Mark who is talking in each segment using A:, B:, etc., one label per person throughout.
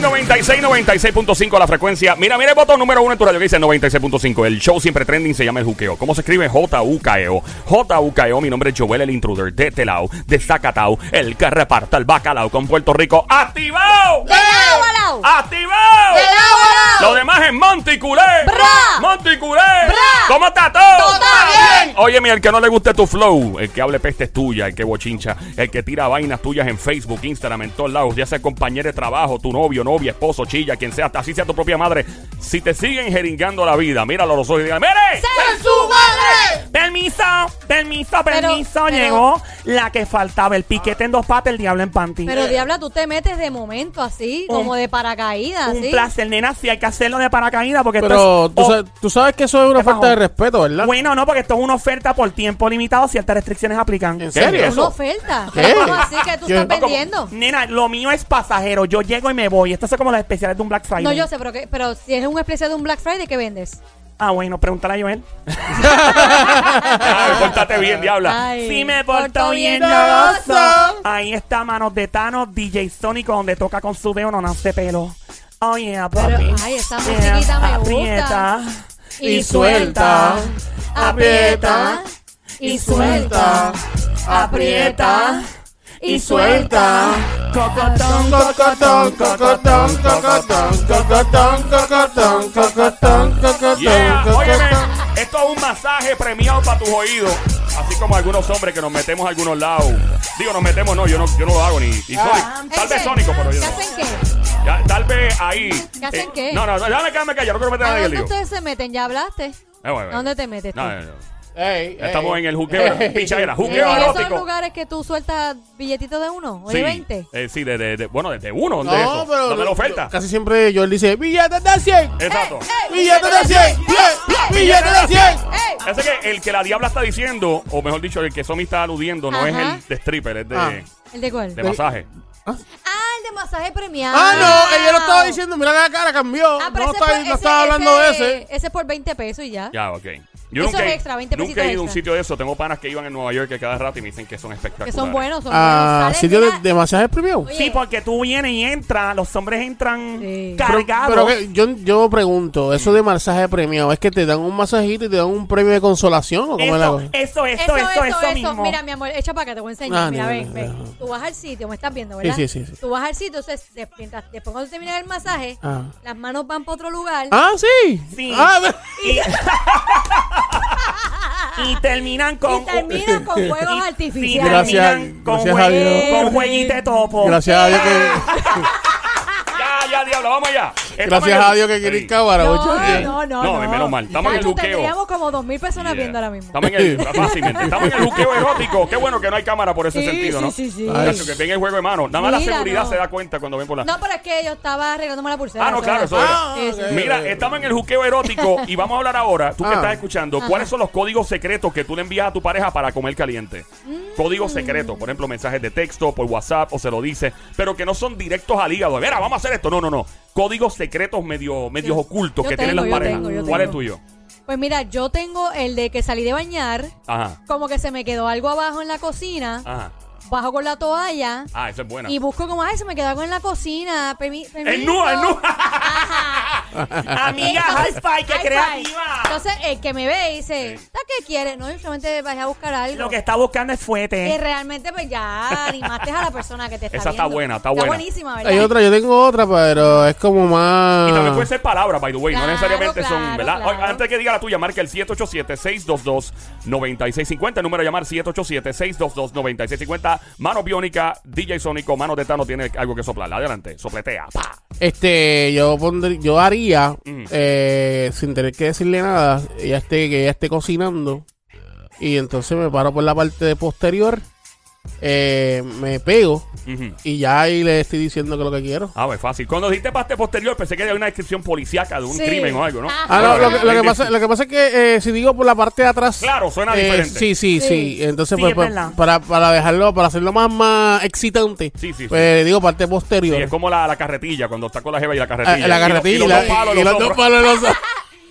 A: 96, 96, 96.5 la frecuencia. Mira, mira el botón número uno en tu radio que dice 96.5. El show siempre trending se llama El Juqueo. ¿Cómo se escribe? J-U-K-E-O. J-U-K-E-O. E Mi nombre es Joel, el intruder de Telao, de Zacatao, el que reparta el bacalao con Puerto Rico. ¡Activado!
B: ¡De lado a lado!
A: ¡Activado!
B: ¡De lado a lado!
A: Lo demás es Monticulé.
B: Bra.
A: ¡Monticulé!
B: Bra.
A: ¿Cómo está todo?
B: Todo está bien.
A: Oye, mira, el que no le guste tu flow, el que hable peste es tuya, el que bochincha, el que tira vainas tuyas en Facebook, Instagram, en todos lados, ya sea compañero de trabajo, tu novio, novia, esposo, chilla, quien sea, hasta así sea tu propia madre. Si te siguen jeringando la vida, míralo a los ojos y digan, ¡Mire!
B: ¡Ser su madre!
C: Permiso, permiso,
B: Pero-
C: permiso.
B: pero-
C: Llegó la que faltaba, el piquete en dos patas, el diablo en panty.
B: Pero Diabla, tú te metes de momento así,
C: Un-
B: como de paracaídas,
C: un
B: así.
C: placer, nena, si hay que hacerlo de paracaídas porque esto
D: Pero
C: es...
D: tú
C: o-
D: sabes, tú sabes que eso es una
C: Debajo.
D: falta de respeto, ¿verdad?
C: Bueno, no, porque esto es una oferta por tiempo limitado, ciertas restricciones aplican.
D: ¿En
A: ¿Qué
D: serio?
A: es
B: Una
D: Eso.
B: oferta.
D: ¿Qué?
B: ¿Cómo así que tú
D: ¿Qué?
B: estás
D: No, como-
B: vendiendo?
C: Nena, lo mío es pasajero, yo llego y me voy. Estas son como las especiales de un Black Friday.
B: No, yo sé, pero, que- pero si es un especial de un Black Friday, ¿qué vendes?
C: Ah, bueno, pregúntale a Joel.
A: Ay, pórtate bien, diabla.
B: Ay,
C: Si me porto bien, yo
B: goloso.
C: gozo. Ahí está Manos de Thanos, DJ Sónico, donde toca con su dedo, no nace pelo. Oh, yeah,
B: Pero,
C: papi.
B: ay, esa
C: Yeah,
B: musiquita me
C: aprieta.
B: gusta.
D: Y suelta, aprieta,
B: y suelta, aprieta, y suelta.
C: Cocotón,
D: Cocotón, cocotón, cocotón, cocotón, cocotón, cocotón, cocotón,
A: Yeah,
D: cocotón.
A: óyeme, esto es un masaje premiado para tus oídos. Así como algunos hombres que nos metemos a algunos lados. Digo, nos metemos, no, yo no, yo no lo hago ni, ni
B: Ah.
A: Sonic. Tal vez
B: Ese,
A: Sónico, pero yo
B: ¿Qué
A: no.
B: hacen qué?
A: Ya, tal vez ahí.
B: ¿Qué hacen
A: eh,
B: qué?
A: No, no, no, déjame quedarme callado, no quiero meter a
B: ¿A
A: nadie en el
B: dónde
A: lío.
B: ustedes se meten? ¿Ya hablaste?
A: Eh, bueno,
B: ¿A dónde te metes tú? Eh.
A: No, no, no.
D: Ey,
A: Ya Estamos
D: ey.
A: en el juqueo, en la pichadera,
B: ¿En
A: juqueo
B: esos
A: erótico.
B: lugares que tú sueltas billetitos de uno o de 20?
A: eh, sí, de, de, de- bueno, desde uno, donde es
D: No,
A: eso,
D: pero
A: donde la oferta.
D: Casi siempre Joel dice, billetes de 100,
A: Exacto.
D: billetes de 100, ¡Bien! billetes de 100.
A: Así que el que la diabla está diciendo, o mejor dicho, el que Somi está aludiendo, no es
B: Ajá.
A: el de stripper, es de,
D: Ah.
B: ¿El de cuál?
A: de masaje.
B: Ah, el de masaje premiado.
D: Ah, no, ella lo estaba diciendo, mira la cara, cambió.
B: Ah, pero
D: No
B: ese
D: estaba
B: por-
D: no estaba hablando de ese.
B: Ese es por 20 pesos y ya.
A: Ya, ok. Yo
B: Eso
A: nunca,
B: es
A: he-
B: extra, 20
A: nunca
B: pesitos
A: he ido a un
B: extra.
A: sitio de eso. Tengo panas que iban en Nueva York que cada rato y me dicen que son
B: Que
A: espectaculares.
B: son buenos, son
D: Ah,
B: buenos. Salen,
D: sitio de,
B: mira,
D: de masajes premium.
B: Oye,
C: Sí, porque tú vienes y entras, los hombres entran
B: Sí.
D: Pero,
C: cargados.
D: pero que yo, yo pregunto, eso de masaje premiado, ¿es que te dan un masajito y te dan un premio de consolación o cómo es la
C: eso,
D: cosa?
C: eso, eso, eso, eso mismo.
B: Mira, mi amor, echa para acá, te voy a enseñar.
D: Ah,
B: Mira,
D: no,
B: ven,
D: no,
B: ven.
D: no, no.
B: Tú vas al sitio, me estás viendo,
D: Sí,
B: ¿verdad?
D: sí, sí, sí.
B: Tú vas al sitio, entonces, de- mientras, después cuando terminas el masaje,
D: Ah.
B: las manos van para otro lugar.
D: Ah, sí.
C: Sí.
D: Ah,
C: Y terminan con.
B: Y terminan con fuegos
C: y- sí,
B: artificiales.
C: terminan
D: Gracias-
C: con,
D: gracias a
C: jue-
B: Dios.
C: con jueguito de topo.
D: gracias a Dios que,
A: Ya, ya, diablo, vamos allá. Estamos en
D: gracias
A: el-
D: a Dios que quieres
A: Sí.
D: cámara.
B: No,
D: ocho.
B: no, no,
A: No,
B: no.
A: menos mal. Estamos en el
B: Tacho,
A: buqueo.
B: Tendríamos como 2.000 personas viendo ahora mismo.
A: Estamos en el, fácilmente. Estamos en el juqueo erótico. Qué bueno que no hay cámara por ese
B: Sí,
A: sentido,
B: sí,
A: ¿no?
B: sí, sí.
D: Ay.
A: Cacho, que ven el juego de mano. Nada más la
B: Mira,
A: seguridad
B: no.
A: se da cuenta cuando ven por la.
B: No, pero es que yo estaba arreglándome la pulsera.
A: Ah, no, claro, eso era.
B: Sí, sí.
D: ok.
A: Mira, estamos en el juqueo erótico y vamos a hablar ahora, tú que
D: Eh, Ah.
A: estás escuchando, ¿cuáles son los códigos secretos que tú le envías a tu pareja para comer caliente?
B: Mm.
A: Códigos secretos, por ejemplo, mensajes de texto, por WhatsApp o se lo dice, pero que no son directos al hígado. Mira, vamos a hacer esto. No, no, no. Códigos secretos medio, medios
B: Yo-
A: ocultos
B: yo
A: que tienen
B: tengo,
A: las
B: yo
A: parejas.
B: tengo, yo
A: ¿Cuál es
B: tengo.
A: tuyo?
B: Pues mira, yo tengo el de que salí de bañar,
A: Ajá,
B: como que se me quedó algo abajo en la cocina,
A: ajá.
B: bajo con la toalla
A: Ah, esa es buena.
B: y busco como, ay, se me quedó algo en la cocina. Permi permiso".
A: ¡Es nua, es nua!
B: Ajá.
C: Amiga, high
B: Entonces-
C: spy, que
B: high
C: creativa.
B: five. Entonces, el que me ve dice, ¿está qué quieres? No, yo solamente bajé a buscar algo.
C: Lo que está buscando es
B: Que
C: fuete.
B: realmente, pues ya animaste a la persona que te está
A: Esa está
B: viendo.
A: buena, está buena.
B: buenísima, ¿verdad?
D: Hay otra, yo tengo otra, pero es como
A: Y también puede
D: más.
A: ser palabras, by the way. no
B: Claro,
A: necesariamente son,
B: claro,
A: ¿verdad?
B: claro.
A: Oye, Antes que diga la tuya, marca el 787-622-9650. El número a llamar 787-622-9650. Mano biónica, DJ Sónico, mano de Tano tiene algo que soplar. Adelante, sopletea. Pa.
D: Este, yo pondré, yo haría,
A: Mm.
D: eh, sin tener que decirle nada, ella esté, que ella esté cocinando. Y entonces me paro por la parte de posterior, eh, me pego
A: Ujú.
D: y ya ahí le estoy diciendo que es lo que quiero.
A: Ah, pues fácil. Cuando dijiste parte posterior, pensé que había una descripción policíaca de un
B: Sí.
A: crimen o algo, ¿no?
B: Ah,
D: Ah, no, lo que, lo que
A: Ahí
D: pasa,
A: dice-
D: lo que pasa es que eh, si digo por la parte de atrás.
A: Claro, suena
D: eh,
A: diferente.
D: Sí, sí, sí.
B: Sí.
D: Entonces,
C: Sí,
D: pues,
C: es
D: pues,
C: verdad.
D: para, para dejarlo, para hacerlo más, más excitante.
A: Sí, sí,
D: Pues digo parte
A: Sí,
D: posterior.
A: es como la, la carretilla, cuando está con la jeva y la
D: Ah,
A: carretilla.
D: la
A: Y lo-
D: carretilla
A: Y los dos palos,
D: y los dos
A: hombros.
D: palos en los-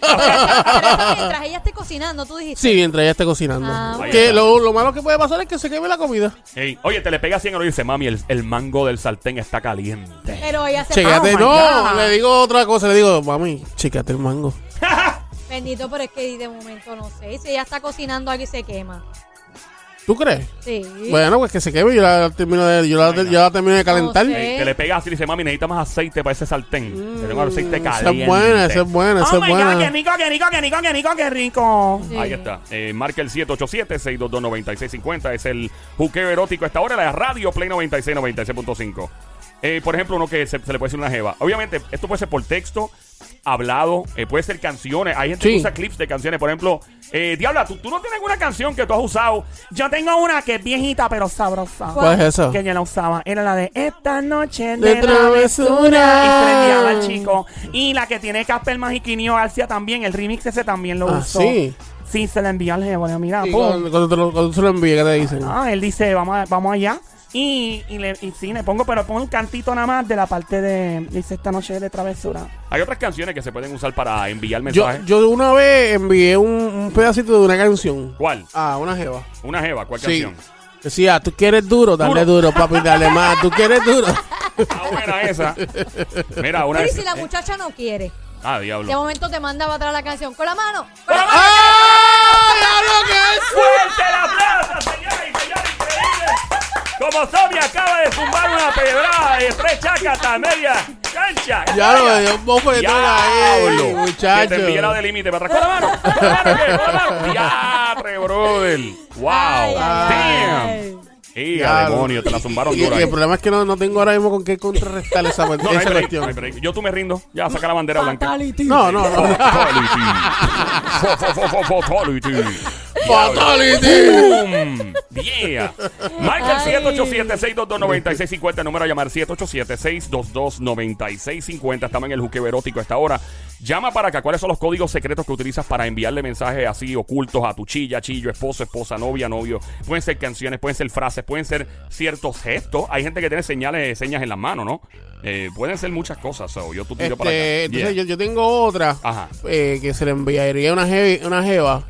B: Pero eso mientras ella esté cocinando, tú dijiste.
D: Sí, mientras ella esté cocinando.
B: Ah, bueno.
A: Ahí
D: que
A: está.
D: lo, lo malo que puede pasar es que se queme la comida.
A: Ey, Oye, te le pega así en el oído y dice, mami, el, el mango del sartén está caliente.
B: Pero ella se
D: Chécate,
C: Oh my
D: no,
C: God.
D: le digo otra cosa, le digo, mami, chécate el mango.
B: Bendito, pero es que de momento no sé. Si ella está cocinando algo y se quema.
D: ¿Tú crees?
B: Sí.
D: Bueno, pues que se queme, yo la termino de, yo
C: Oh
D: la, yo la termino de calentar.
B: No sé.
A: Ey, te le pega así y dice, mami, necesita más aceite para ese sartén. Te tengo aceite
D: Mm. Esa
A: caliente.
D: es buena, esa es buena, esa
C: Oh
D: es
C: my God, qué
D: buena.
C: rico, qué rico, qué rico, qué rico, qué rico.
B: Sí.
A: Ahí está. Eh, marca el 787-622-9650. Es el juqueo erótico. A esta hora la radio Play 96, 96.5. Eh, por ejemplo, uno que se, se le puede decir una jeva. Obviamente, esto puede ser por texto, hablado, eh, puede ser canciones. Hay gente
D: Sí.
A: que usa clips de canciones. Por ejemplo, eh, Diabla, ¿tú, tú no tienes alguna canción que tú has usado.
C: Yo tengo una que es viejita pero sabrosa.
B: ¿Cuál?
D: ¿Cuál es esa?
C: Que yo la usaba. Era la de esta noche
D: De
C: de, travesura. Y se le enviaba
D: travesura.
C: al chico. Y la que tiene Casper Magiquinio García también. El remix ese también lo
D: Ah,
C: usó.
D: sí.
C: Sí, se le envió al jevo. le digo, Mira,
D: Y
C: pum.
D: Cuando, cuando te lo- cuando se lo envíe, ¿qué te dicen?
C: Ah, él dice, vamos, a- vamos allá. Y, y, le, y sí, le pongo, pero pongo un cantito nada más de la parte de. Dice esta noche de travesura.
A: Hay otras canciones que se pueden usar para enviar
D: Yo,
A: mensajes.
D: yo una vez envié un, un pedacito de una canción
A: ¿Cuál?
D: a una jeva.
A: ¿Una jeva? ¿Cuál
D: Sí.
A: canción?
D: Decía, tú quieres duro, dale duro, papi, dale más, tú quieres duro.
A: Ah, buena esa. Mira, una
B: Pero ¿y
A: vez. eh,
B: si la muchacha no quiere?
A: Ah,
B: De
A: diablo.
B: momento te manda para atrás la canción. ¡Con la mano! ¡Con la mano!
D: ¡Ah! ¡Diablo, qué es!
A: ¡Fuerte la plaza, señores y señores! ¡Increíble! Como Sonia acaba de zumbar una pedrada de tres chacas a media cancha.
D: Ya lo me dio un bofetón ahí,
A: Diablo. Que te envié la
D: muchacho.
A: de límite para atrás. ¡Con la mano! ¡Con la mano! ¿qué? ¡Con la mano! ¡Diatre, brother! ¡Wow!
B: Ay, ay,
A: ¡Damn!
B: ay.
A: ¡Y a
D: Diablo.
A: demonio! Te la zumbaron
D: Y,
A: dura.
D: y el
A: ahí.
D: problema es que no, no tengo ahora mismo con qué contrarrestar esa,
A: No, no hay
D: esa
A: break, no hay
D: cuestión.
A: break. Yo tú me rindo. Ya, saca la bandera blanca.
B: Fatality.
D: No, no, no.
A: Fatality. Fo- fo- fo- fo- Fatality.
D: ¡Fatality!
A: ¡Boom! ¡Yeah! Marca el 787-622-9650. el Número a llamar 787-622-9650. Estamos en el juqueo erótico a esta hora. Llama para acá. ¿Cuáles son los códigos secretos que utilizas para enviarle mensajes así ocultos a tu chilla, chillo, esposo, esposa, novia, novio? Pueden ser canciones, pueden ser frases, pueden ser ciertos gestos. Hay gente que tiene señales, señas en las manos, ¿no? Eh, pueden ser muchas cosas. so, yo tú tiro para acá.
D: Este, entonces
A: Yeah. Ah.
D: yo, yo tengo otra
A: Ajá.
D: eh, que se le enviaría una, je- una
A: Ah.
D: jeva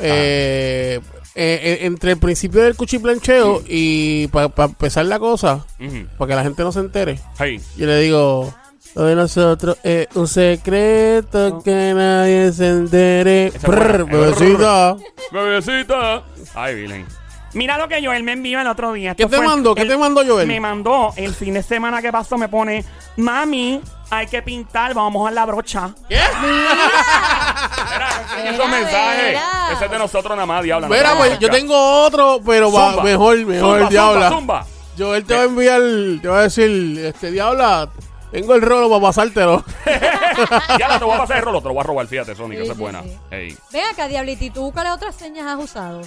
D: eh, eh, eh, entre el principio del cuchiplancheo y para empezar la cosa,
A: Ujú.
D: para que la gente no se entere.
A: Hey.
D: Yo le digo, lo de nosotros es un secreto que nadie se entere.
A: Esa es buena.
D: Brr, bebecita.
A: Bebecita. Ay, Vilén.
C: Mira lo que Joel me envió el otro día.
D: ¿Qué
C: Esto
D: te
C: fue-
D: mandó? ¿Qué
C: el-
D: te mandó
C: Me
D: Joel?
C: mandó el fin de semana que pasó, me pone, mami, hay que pintar, vamos a mojar la brocha.
A: Ah, Espera, enseña
B: Mira,
A: esos mensajes.
B: mira.
A: Ese es de nosotros nada más, diabla.
D: Mira, pues yo tengo otro, pero va-
A: Zumba.
D: mejor, mejor,
A: Zumba,
D: diabla.
A: Zumba, zumba.
D: Joel te va a enviar, te va a decir, este diabla, tengo el rolo para pasártelo.
A: Diabla, te voy a pasar el rolo, te lo voy a robar, fíjate, Sonic,
B: Sí,
A: esa es
B: sí,
A: buena.
B: sí.
A: Ey.
B: Ven acá, Diablito, ¿y tú cuáles otras señas has usado?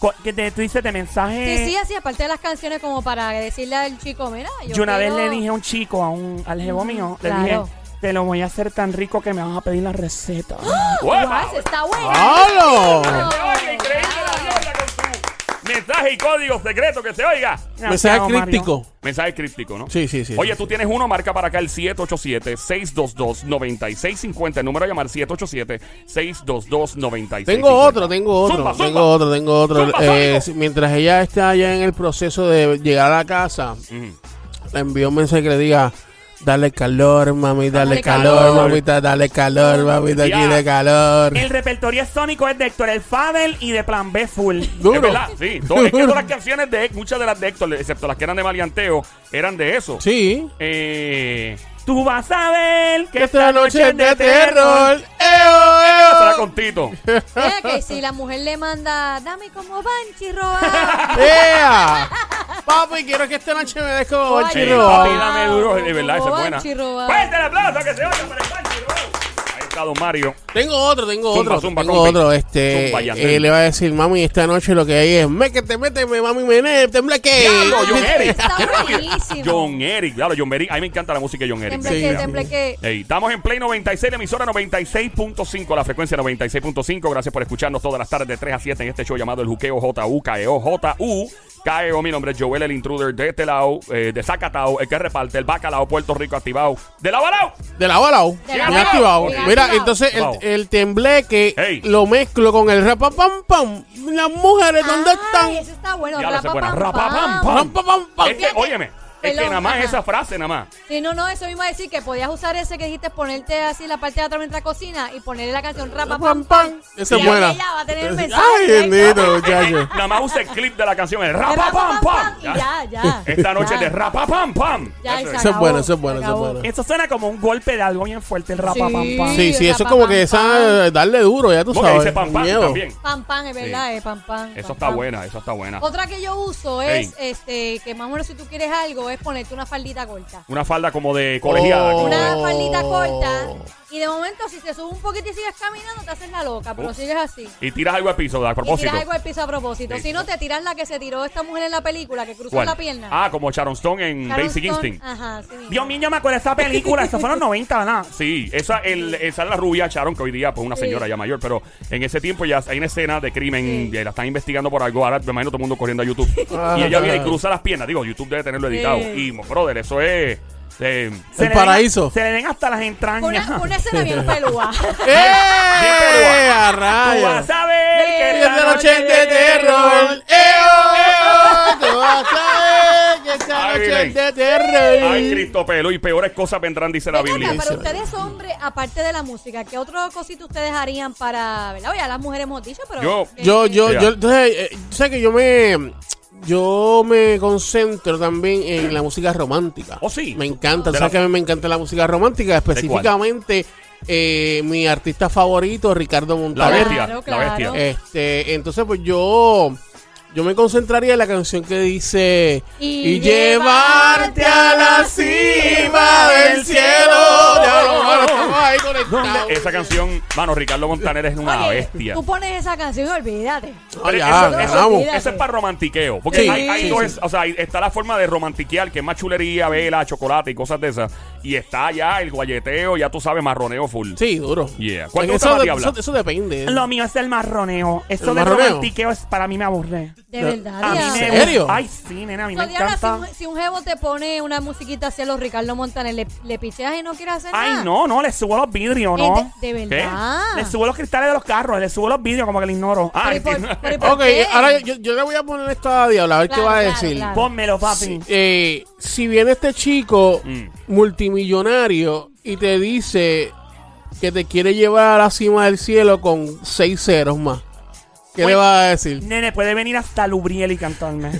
C: Co- Que te, tú dices de mensaje.
B: Sí, sí, así, aparte de las canciones, como para decirle al chico, mira, yo.
C: Yo una vez
B: quiero-
C: le dije a un chico, a un, al jevo mío, le dije,
B: claro.
C: te lo voy a hacer tan rico que me vas a pedir la receta.
A: ¡Hueva!
B: ¡Ah, esa está buena!
D: ¡Halo!
A: Oye, increíble la diabla con su mensaje y código secreto que se oiga.
D: Mensaje
C: Gracias, Mario.
D: crítico.
A: Mensaje críptico, ¿no?
D: Sí, sí, sí.
A: Oye,
D: sí,
A: tú tienes uno, marca para acá el 787-622-9650. El número a llamar 787-622-9650.
D: Tengo otro, tengo otro,
A: Zumba, zumba.
D: tengo otro, tengo otro.
A: Zumba,
D: Eh,
A: sónico.
D: si- mientras ella está allá en el proceso de llegar a la casa,
A: Ujú.
D: le envío un mensaje que le diga, dale calor, mami, dale
B: Dale
D: calor,
A: calor.
D: mamita, dale calor, mamita,
A: Ya.
D: quiere calor.
C: El repertorio sónico es de Héctor El Fadel y de Plan B Full.
A: Es
D: Duro.
A: verdad, sí. To- es que todas las canciones de muchas de las de Héctor, excepto las que eran de Malianteo, eran de eso.
D: Sí.
A: Eh,
C: Tú vas a ver que
D: Esta noche es de terror. ¡Eo,
A: estará
D: eo!
A: con Tito.
B: Mira que si la mujer le manda, dame como Banshee roba.
D: ¡Ea! Papi, quiero que esta noche me des como
A: Eh,
B: Ay,
D: Banchero.
B: Robado.
A: papi, dame duro. De verdad, esa es buena.
B: Banshee robado.
A: Fuerte el aplauso que se vaya para el Banshee robado. Ahí está Don Mario.
D: Tengo otro, tengo
A: Zumba,
D: otro.
A: zumba,
D: tengo
A: compi.
D: otro. Este,
A: Zumba, Yandel.
D: eh, le va a decir, mami, esta noche lo que hay es, métete, méteme, mami, mené, tembleque.
A: Diablo, John Eric.
B: Está buenísimo.
A: John Eric, claro, John Eric. A mí me encanta la música de John Eric.
B: Tembleque,
A: Sí.
B: tembleque.
A: Ey, estamos en Play 96, la emisora 96.5, la frecuencia 96.5. Gracias por escucharnos todas las tardes de 3 a 7 en este show llamado El Juqueo J-U-K-E-O. J-U. KEO, E mi nombre es Joel el Intruder de Telao, eh, de Zacatao, el que reparte, el Bacalao, Puerto Rico activado, de la Balao.
D: De la bala. oh.
B: De la
D: Me
B: bala.
D: activado.
B: Bien
D: Mira, Mira,
B: Wow.
D: entonces el,
A: Wow.
D: el tembleque
A: Hey.
D: lo mezclo con el rapapam pam. Las mujeres, ¿dónde
B: Ay,
D: están?
B: Eso está bueno.
A: Ya lo sé,
B: Rapa,
A: buena.
B: pam,
A: Rapapam,
B: pam.
A: pam.
D: Rapapam pam.
A: Es que, óyeme, es que
B: Pelón,
A: nada más
B: ajá.
A: esa frase, nada más.
B: Sí, no, no, eso mismo a decir que podías usar ese que dijiste, ponerte así la parte de atrás mientras cocina y ponerle la canción rapa pam pam.
D: Esa es
B: Y
D: buena.
B: Ella va a tener el mensaje.
D: Ay,
B: directo.
D: bendito,
A: Eh,
D: muchacho.
A: Nada más usa el clip de la canción, el
B: Rapa, pam, pam.
A: rapapam-pam.
B: Y ya, ya.
A: Esta noche
B: Ya.
A: de rapapam-pam.
B: Ya, y se
D: Eso es bueno,
B: acabó,
D: eso es bueno, eso es
B: se acabó.
D: bueno.
C: Eso suena como un golpe de algo bien fuerte, el rapa pam pam.
D: Sí, sí, eso es como que esa
B: rapapam.
D: darle duro, ya tú
A: Porque
D: sabes.
A: dice pam pam
D: miedo.
A: también.
B: Pam pam, es verdad, es pam pam.
A: Eso
B: pam,
A: está
B: pam. Oh.
A: buena, eso está buena.
B: Otra que yo uso
A: Ey.
B: es, este, que más o menos si tú quieres algo, es ponerte una faldita corta.
A: Una falda como de colegiada.
D: Oh.
A: como de-
B: Una
D: Oh.
B: faldita corta. Y de momento, si te subes un poquito y sigues caminando, te haces la loca, pero
A: Ups.
B: sigues así.
A: Y tiras algo al piso, a
B: Y
A: propósito.
B: tiras algo al piso a propósito.
A: Sí.
B: Si no, te tiras la que se tiró esta mujer en la película, que cruzó
A: ¿Cuál?
B: la pierna.
A: Ah, como Sharon Stone en
B: Sharon
A: Basic
B: Stone. ah.
A: Instinct.
B: Ajá, sí. mismo.
C: Dios mío, yo me acuerdo de esa película, eso fueron 90, ¿verdad?
A: Sí, esa, el, esa es la rubia Sharon, que hoy día pues una
B: Sí.
A: señora ya mayor, pero en ese tiempo ya hay una escena de crimen,
B: Sí.
A: y la están investigando por algo, ahora me imagino todo el mundo corriendo a YouTube. y ella viene y cruza las piernas, digo, YouTube debe tenerlo editado.
B: Sí.
A: Y, brother, eso es... eh,
C: Se
D: El
C: le den-
D: paraíso.
C: se le den hasta las
B: Fue
C: entrañas.
B: Una, una escena bien pelúa.
D: ¡Eh! ¡A
C: Tú
D: rayos!
C: vas a ver que
D: Es de
C: esta
D: noche de
C: llegue.
D: terror. ¡Eo! ¡Eo! Tú vas a ver que esta
A: Ay,
D: noche
A: miren.
D: es de terror.
A: Ay, Cristo pelo, y peores cosas vendrán, dice la
B: Ven acá,
A: Biblia.
B: para ustedes hombres, aparte de la música, ¿qué otra cosita ustedes harían para, verdad? Oye, a las mujeres hemos dicho, pero...
A: Yo-
B: ¿qué-
D: Yo, yo,
A: Ya.
D: yo, entonces, eh, tú sabes que yo me, yo me concentro también en la música romántica.
A: Oh, sí.
D: Me encanta, tú
A: De
D: sabes
A: la-
D: que a mí me encanta la música romántica, específicamente eh, mi artista favorito, Ricardo
A: La
D: Montaner.
A: bestia,
B: Claro,
A: la
B: claro. Eh,
A: bestia.
D: Este, entonces pues yo, yo me concentraría en la canción que dice
B: Y
D: y, llevarte a la cima del cielo. Ya lo, mano, estamos ahí conectados.
A: Esa canción, mano, Ricardo Montaner es una
B: Oye,
A: Ah, bestia.
B: Tú pones esa canción y olvídate.
D: Ah,
A: Pero
D: ya,
A: eso, eso-
D: ganamos.
A: eso es para romantiqueo. Porque
D: Sí,
A: hay, hay
D: sí,
A: dos,
D: sí.
A: o sea, hay- está la forma de romantiquear, que es más chulería, vela, chocolate y cosas de esas. Y está ya el guayeteo, ya tú sabes, marroneo full.
D: Sí, duro.
A: Yeah. ¿Cuál
D: En
A: te gusta
D: eso,
A: más,
D: de-
A: Diabla?
D: eso- eso depende.
C: Lo mío es el marroneo. Eso
D: ¿El
C: de
D: marroneo?
C: romantiqueo es, para mí me aburre.
B: De
D: Ya.
B: verdad.
C: A mí
B: Diana.
C: me
D: ¿En serio?
C: Ay, sí, nena, a mí me
B: So, Diana, si
C: encanta.
B: un, si un jevo te pone una musiquita hacia los Ricardo Montaner, ¿le, le picheas y no quieres hacer nada?
C: Ay, no, no, le subo los vidrios,
B: Eh,
C: ¿no?
B: De, ah. de verdad.
C: Le subo los cristales de los carros, le subo los vidrios, como que le ignoro.
A: Ah,
B: Pero ¿y por-
A: entiendo.
B: pero ¿y por
D: Ok,
B: qué?
D: ahora yo, yo le voy a poner esto a Diabla, a ver
B: Claro,
D: qué va a
B: claro,
D: decir.
B: claro.
C: Pónmelo, papi.
D: Si, eh, si viene este chico
A: Mm.
D: multimillonario y te dice que te quiere llevar a la cima del cielo con seis ceros más, ¿qué le
C: Bueno.
D: vas a decir?
C: Nene, puede venir hasta Lubriel y cantarme.